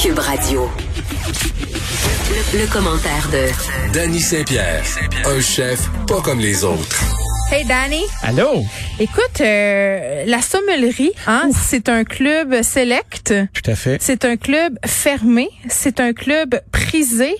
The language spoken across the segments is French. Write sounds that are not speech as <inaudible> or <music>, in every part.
Cube Radio. Le, le commentaire de Danny Saint-Pierre, un chef pas comme les autres. Hey Danny, Allô? écoute, euh, la sommellerie, hein, c'est un club select, Tout à fait. c'est un club fermé, c'est un club prisé.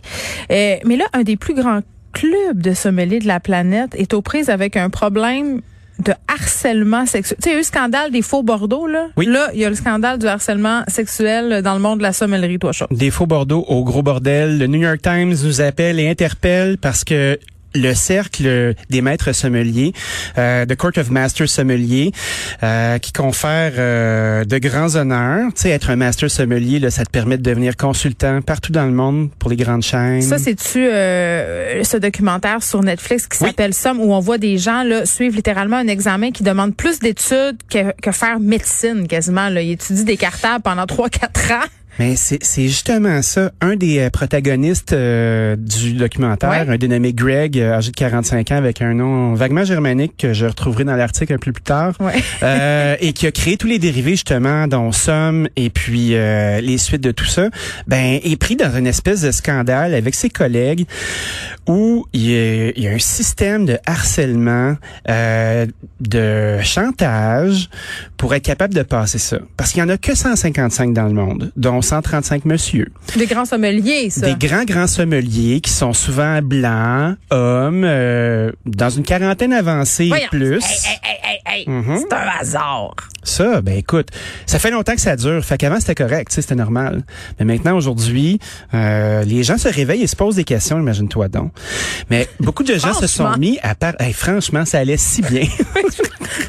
Euh, mais là, un des plus grands clubs de sommeliers de la planète est aux prises avec un problème de harcèlement sexuel. Tu sais, il y a eu le scandale des faux Bordeaux, là. Oui. Là, il y a le scandale du harcèlement sexuel dans le monde de la sommellerie, toi, chaud. Des faux Bordeaux au gros bordel. Le New York Times nous appelle et interpelle parce que le cercle des maîtres sommeliers, euh, The Court of Master Sommelier, euh, qui confère euh, de grands honneurs. Tu sais, être un master sommelier, là, ça te permet de devenir consultant partout dans le monde pour les grandes chaînes. Ça, c'est-tu euh, ce documentaire sur Netflix qui Oui. s'appelle Somme, où on voit des gens là, suivre littéralement un examen qui demande plus d'études que, que faire médecine quasiment. Là. Ils étudient des cartables pendant 3-4 ans. Mais c'est c'est justement ça. Un des euh, protagonistes euh, du documentaire, Ouais. un dénommé Greg, euh, âgé de 45 ans, avec un nom vaguement germanique que je retrouverai dans l'article un peu plus tard, Ouais. <laughs> euh, et qui a créé tous les dérivés justement, dont Somme et puis euh, les suites de tout ça, ben est pris dans une espèce de scandale avec ses collègues où il y a, il y a un système de harcèlement, euh, de chantage pour être capable de passer ça. Parce qu'il y en a que 155 dans le monde, dont 135 monsieur. <laughs> Des grands sommeliers, ça. Des grands, grands sommeliers qui sont souvent blancs, hommes, euh, dans une quarantaine avancée et Voyons. plus. Hey, hey, hey, hey. Mhm. C'est un hasard. Ça, ben écoute, ça fait longtemps que ça dure. Fait qu'avant, c'était correct, tu sais, c'était normal. Mais maintenant, aujourd'hui, euh, les gens se réveillent et se posent des questions, imagine-toi donc. Mais beaucoup de gens se sont Franchement. mis à part... Hey, franchement, ça allait <laughs> si bien.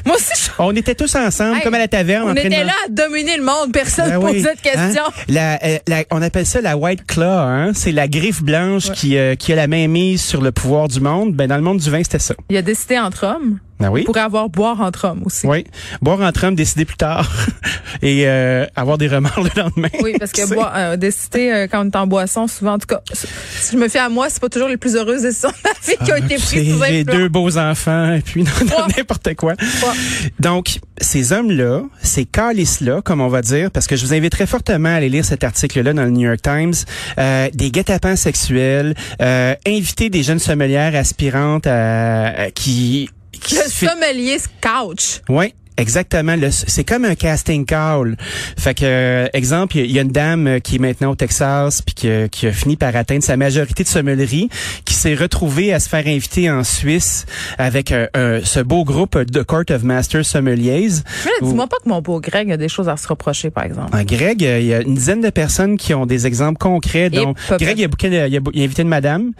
Moi aussi, je... on était tous ensemble, Hey, comme à la taverne, on en train était de... là à dominer le monde. Personne Ben ne oui, posait de questions. hein? La- euh, la- on appelle ça la white claw, hein? c'est la griffe blanche qui, euh, qui a la main mise sur le pouvoir du monde. Ben dans le monde du vin, c'était ça. Il a décidé entre hommes. Ah oui. Il pourrait avoir boire entre hommes aussi. Oui, boire en train, décider plus tard <laughs> et euh, avoir des remords le lendemain. Oui, <laughs> parce Tu que sais. boire, euh, décider euh, quand on est en boisson, souvent, en tout cas, si je me fais à moi, c'est pas toujours les plus heureuses décisions de ma vie qui ont été C'est prises sous les influence. deux beaux enfants et puis non, non, Trois. n'importe quoi. Trois. Donc, ces hommes-là, ces calices-là, comme on va dire, parce que je vous inviterai fortement à aller lire cet article-là dans le New York Times, euh, des guet-apens sexuels, euh, inviter des jeunes sommelières aspirantes à, à- qui... qui Le se fait- sommelier couch. Oui, exactement. Le- C'est comme un casting call. Fait que, euh, exemple, il y a une dame euh, qui est maintenant au Texas puis qui, a- qui a fini par atteindre sa majorité de sommellerie, qui s'est retrouvée à se faire inviter en Suisse avec euh, euh, ce beau groupe euh, The Court of Masters Sommeliers. Mais là, Ou- dis-moi pas que mon beau Greg a des choses à se reprocher, par exemple. En Greg, euh, il y a une dizaine de personnes qui ont des exemples concrets. Donc, pas Greg, mal. il a, bouqué- il a bou- il a invité une madame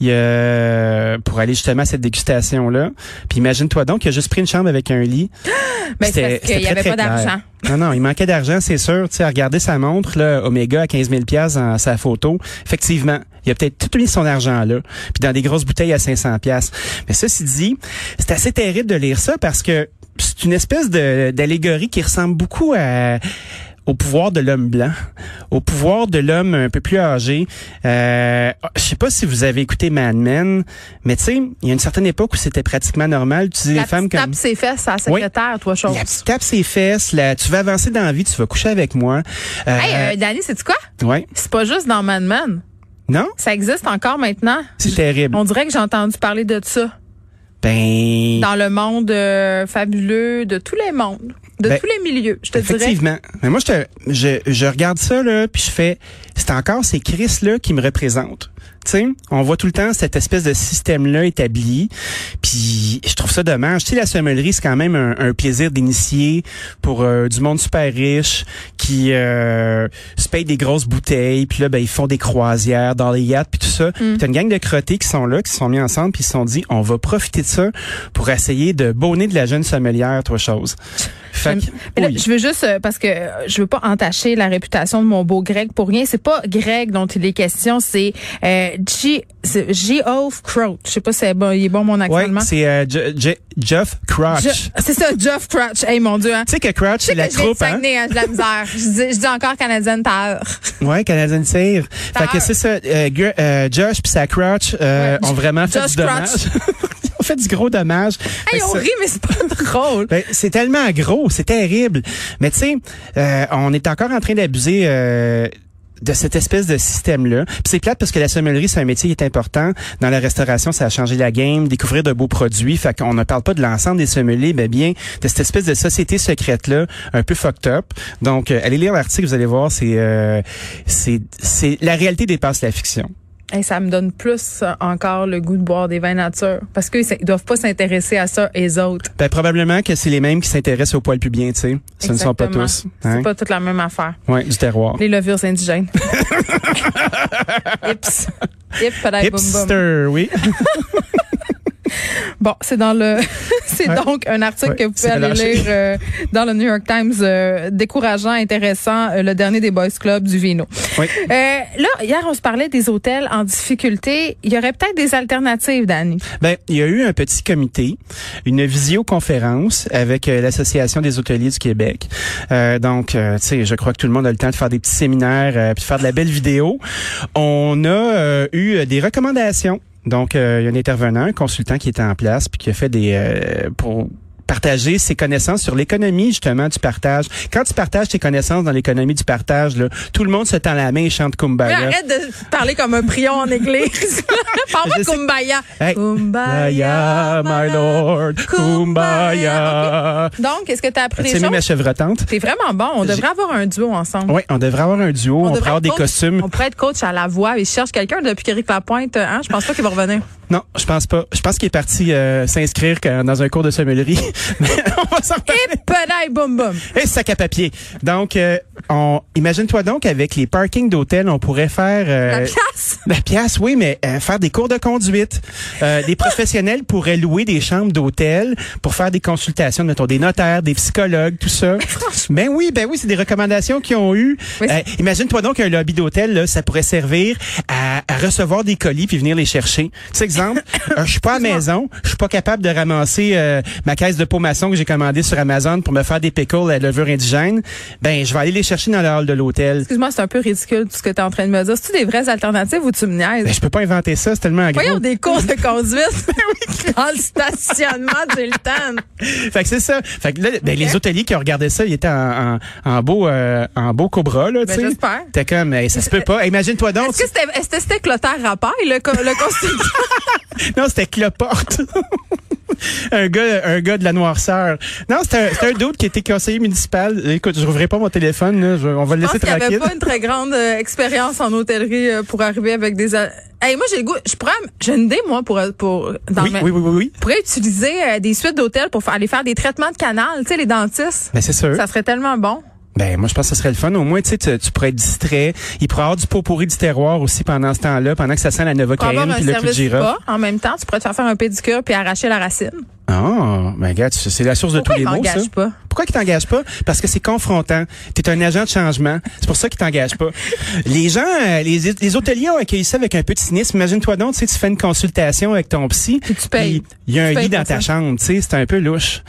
il a, euh, pour aller justement à cette dégustation-là. Puis imagine-toi donc, il a juste pris une chambre avec un lit. Mais Ah, C'était- c'est parce c'était qu'il y très, avait très pas clair. d'argent. Non, non, il manquait d'argent, c'est sûr. Tu sais, à regarder sa montre, là, Omega à 15 000 pièces dans sa photo. Effectivement, il a peut-être tout mis son argent là, puis dans des grosses bouteilles à 500 pièces. Mais ceci dit, c'est assez terrible de lire ça parce que c'est une espèce de- d'allégorie qui ressemble beaucoup à au pouvoir de l'homme blanc, au pouvoir de l'homme un peu plus âgé. Euh, je sais pas si vous avez écouté Mad Men, mais tu sais, il y a une certaine époque où c'était pratiquement normal d'utiliser La les femmes petite comme tape ses fesses à la Oui. secrétaire, toi, chose. la petite tape ses fesses, là, tu vas avancer dans la vie, tu vas coucher avec moi. Euh, Hey, euh, Danny, c'est quoi? ouais. C'est pas juste dans Mad Men. Non? Ça existe encore maintenant. C'est Je- terrible. On dirait que j'ai entendu parler de ça Ben, dans le monde euh, fabuleux de tous les mondes, de Ben, tous les milieux. Je te dirais. effectivement. Mais moi, je, te- je, je regarde ça, là, puis je fais, c'est encore ces Chris-là qui me représentent. Tu sais, on voit tout le temps cette espèce de système-là établi. Puis je trouve ça dommage. Tu sais, la sommellerie, c'est quand même un, un plaisir d'initié pour euh, du monde super riche qui euh, se paye des grosses bouteilles. Puis là, ben, ils font des croisières dans les yachts, puis tout ça. Mm. Puis t'as une gang de crottés qui sont là, qui se sont mis ensemble, puis ils se sont dit, on va profiter de ça pour essayer de bonner de la jeune sommelière, trois choses. Fait que- Mais là, oui. je veux juste euh, parce que euh, je veux pas entacher la réputation de mon beau Greg pour rien. C'est pas Greg dont il est question, c'est euh, G. c'est Geoff Crouch. Je sais pas si c'est bon, il est bon mon accent Ouais, allemand. c'est euh, Je- Je- Jeff Crouch. Je- C'est ça, Geoff Crouch. Hey mon Dieu, hein. Tu sais que Crouch, Je sais c'est la que je viens de troupe, hein? Saguenay, hein, j'ai de la misère. je, dis, je dis encore canadienne par <laughs> heure. Ouais, Canadian Tire. Fait que c'est ça, euh, Gu- euh, Josh puis sa Crouch euh, Ouais, ont vraiment fait Josh du dommage. <laughs> Ils ont fait du gros dommage. Fait Hey, que on ça- rit, mais c'est pas drôle. Ben, c'est tellement gros, c'est terrible. Mais tu sais, euh, on est encore en train d'abuser euh, de cette espèce de système-là. Puis c'est plate parce que la sommellerie, c'est un métier qui est important. Dans la restauration, ça a changé la game, découvrir de beaux produits. Fait qu'on ne parle pas de l'ensemble des sommeliers, mais bien de cette espèce de société secrète-là, un peu fucked up. Donc, euh, allez lire l'article, vous allez voir, c'est euh, c'est c'est- la réalité dépasse la fiction. Hey, ça me donne plus euh, encore le goût de boire des vins nature parce qu'ils ils doivent pas s'intéresser à ça et autres. Ben, probablement que c'est les mêmes qui s'intéressent au poil pubien, tu sais. Ce ne sont pas Exactement. tous. C'est Hein? pas toute la même affaire. Ouais, du terroir. Les levures indigènes. Hips. Hip, padaï, boum, boum. Hipster, oui. Bon, c'est dans le, <laughs> c'est Ouais. donc un article Ouais, que vous pouvez c'est aller relâché. lire euh, dans le New York Times, euh, décourageant, intéressant, euh, le dernier des Boys Club du Vino. Oui. Euh, là, hier, on se parlait des hôtels en difficulté. Il y aurait peut-être des alternatives, Dani. Ben, il y a eu un petit comité, une visioconférence avec euh, l'association des hôteliers du Québec. Euh, donc, euh, tu sais, je crois que tout le monde a le temps de faire des petits séminaires euh, puis de faire de la belle vidéo. On a euh, eu euh, des recommandations. Donc, euh, il y a un intervenant, un consultant qui était en place puis qui a fait des euh, pour partager ses connaissances sur l'économie justement du partage. Quand tu partages tes connaissances dans l'économie du partage, là, tout le monde se tend la main et chante Mais Kumbaya. arrête de parler comme un prion en <laughs> église. Parle-moi de Je sais- Kumbaya. Hey. Kumbaya, my lord, Kumbaya. Donc, est-ce que tu as appris Ah, Tu des sais, ma choses? chevrotante. T'es vraiment bon. On devrait avoir un duo ensemble. Oui, on devrait avoir un duo, on, devrait pourrait avoir être des coach- costumes. On pourrait être coach à la voix. Il cherche quelqu'un depuis qu'Éric Lapointe. Hein? Je pense pas qu'il va <laughs> revenir. Non, je pense pas. Je pense qu'il est parti euh, s'inscrire quand- dans un cours de sommellerie. <laughs> Mais on va s'en reparler. Pedaille, boum, boum. Et sac à papier. Donc, euh, on imagine-toi donc avec les parkings d'hôtel, on pourrait faire euh, La pièce. la pièce, oui, mais euh, faire des cours de conduite. Euh, <laughs> des professionnels pourraient louer des chambres d'hôtel pour faire des consultations, mettons des notaires, des psychologues, tout ça. Ben oui, ben oui, c'est des recommandations qu'ils ont eues. Oui, Euh, Imagine-toi donc qu'un lobby d'hôtel, là, ça pourrait servir à, à recevoir des colis puis venir les chercher. Tu sais, <laughs> exemple, euh, je suis pas à maison, je suis pas capable de ramasser euh, ma caisse de pots maçon que j'ai commandée sur Amazon pour me faire des pickles à levure indigène. Ben, je vais aller les chercher dans le hall de l'hôtel. Excuse-moi, c'est un peu ridicule tout ce que tu es en train de me dire. C'est-tu des vraies alternatives ou tu me niaises? Ben, je peux pas inventer ça, c'est tellement gros. Voyons des courses de <laughs> Ben conduite dans le stationnement du Hilton. Fait que c'est ça. Fait que là, ben, les hôteliers qui ont regardé ça, ils étaient en, en, en beau euh, en beau cobra là, tu Ben, sais. j'espère. T'es comme hey, ça se peut pas. Imagine-toi donc. Est-ce que c'était- est-ce que c'était Clotaire Rappaille, le, co- le <laughs> consultant? Non, c'était Cloporte. <laughs> un gars un gars de la noirceur. Non, c'était un, c'était un d'autre qui était conseiller municipal. Écoute, je rouvrirai pas mon téléphone, là. Je- on va le Je pense laisser qu'il n'y tranquille. avait pas une très grande euh, expérience en hôtellerie euh, pour arriver avec des... al- Hey, moi, j'ai le goût... Je pourrais... m- J'ai une idée, moi, pour... pour dans Oui, ma- oui, oui, oui, oui. Je pourrais utiliser euh, des suites d'hôtel pour fa- aller faire des traitements de canal, tu sais, les dentistes. Ben, c'est sûr. Ça serait tellement bon. Ben, moi, je pense que ce serait le fun. Au moins, tu sais, tu tu pourrais être distrait. Il pourrait y avoir du pot pourri du terroir aussi pendant ce temps-là, pendant que ça sent la Pour avoir Novocaine un puis le cul de service girafe. spa, en même temps, tu pourrais te faire faire un pédicure puis arracher la racine. Ah, ben, regarde, c'est c'est la source Pourquoi de ils tous les maux, ça. t'engagent pas? Pourquoi qu'ils t'engagent pas? Parce que c'est confrontant. T'es un agent de changement. C'est pour ça qu'ils <laughs> t'engagent pas. les gens, euh, les, les hôteliers ont accueilli ça avec un peu de cynisme. Imagine-toi donc, tu sais, tu fais une consultation avec ton psy. Puis tu payes. puis Il y a Tu un payes lit dans pour ta ça. chambre, tu sais. C'est un peu louche.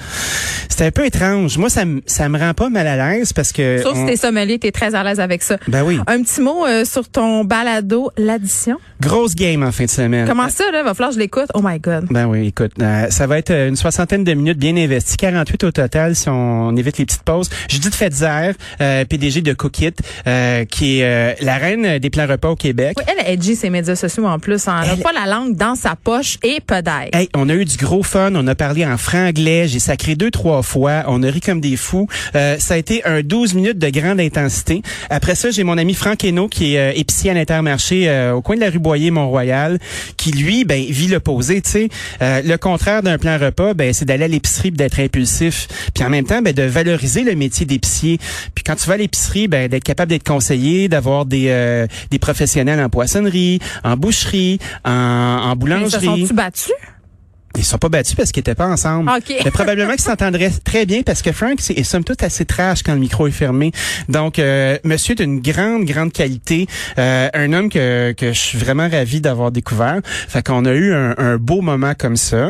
C'est un peu étrange. Moi, ça me, ça me rend pas mal à l'aise parce que. Sauf on- si t'es sommelier, t'es très à l'aise avec ça. Ben oui. Un petit mot euh, sur ton balado, l'addition. Grosse game en fin de semaine. Euh, Comment ça, là? Va falloir que je l'écoute. Oh my God. Ben oui, écoute, euh, ça va être euh, une soixantaine de minutes bien investies, 48 au total si on évite les petites pauses. Judith Fetzer, euh, PDG de Cookit, euh, qui est euh, la reine des plans repas au Québec. Oui, elle edgy ses médias sociaux en plus. hein. Elle n'a Elle- pas la langue dans sa poche et pas d'ail. Hey, on a eu du gros fun, on a parlé en franglais, j'ai sacré deux, trois fois, on a ri comme des fous. Euh, ça a été un 12 minutes de grande intensité. Après ça, j'ai mon ami Franck Hainaut, qui est euh, épicier à l'intermarché euh, au coin de la rue Boyer, Mont-Royal, qui lui, ben, vit l'opposé, tu sais. Euh, le contraire d'un plan repas, ben, c'est d'aller à l'épicerie puis d'être impulsif. Puis en même temps, ben, de valoriser le métier d'épicier. Puis quand tu vas à l'épicerie, ben, d'être capable d'être conseillé, d'avoir des, euh, des professionnels en poissonnerie, en boucherie, en, en Ils se boulangerie. Euh, sont-tu battus? Ils se sont pas battus parce qu'ils étaient pas ensemble. OK. Mais probablement qu'ils s'entendraient très bien parce que Frank c'est est somme toute assez trash quand le micro est fermé. Donc euh, monsieur d'une grande grande qualité, Euh, un homme que que je suis vraiment ravi d'avoir découvert. Fait qu'on a eu un, un beau moment comme ça.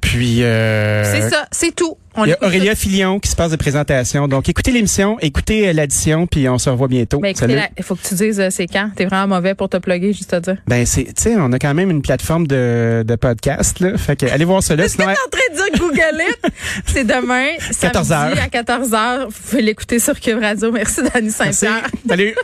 Puis euh, C'est ça, c'est tout. On Il y a écoute Aurélia tout. Filion qui se passe des présentations. Donc écoutez l'émission, écoutez euh, l'addition puis on se revoit bientôt. Mais Ben, écoutez, Salut. là, il faut que tu dises euh, c'est quand. T'es vraiment mauvais pour te plugger, juste à dire. Ben c'est tu sais on a quand même une plateforme de de podcast là. Fait que allez voir cela Est-ce que sinon t'es en train de dire Google It? C'est demain, 14 samedi à 14h. Vous pouvez l'écouter sur Cube Radio. Merci, Dani Merci. Saint-Pierre. Salut.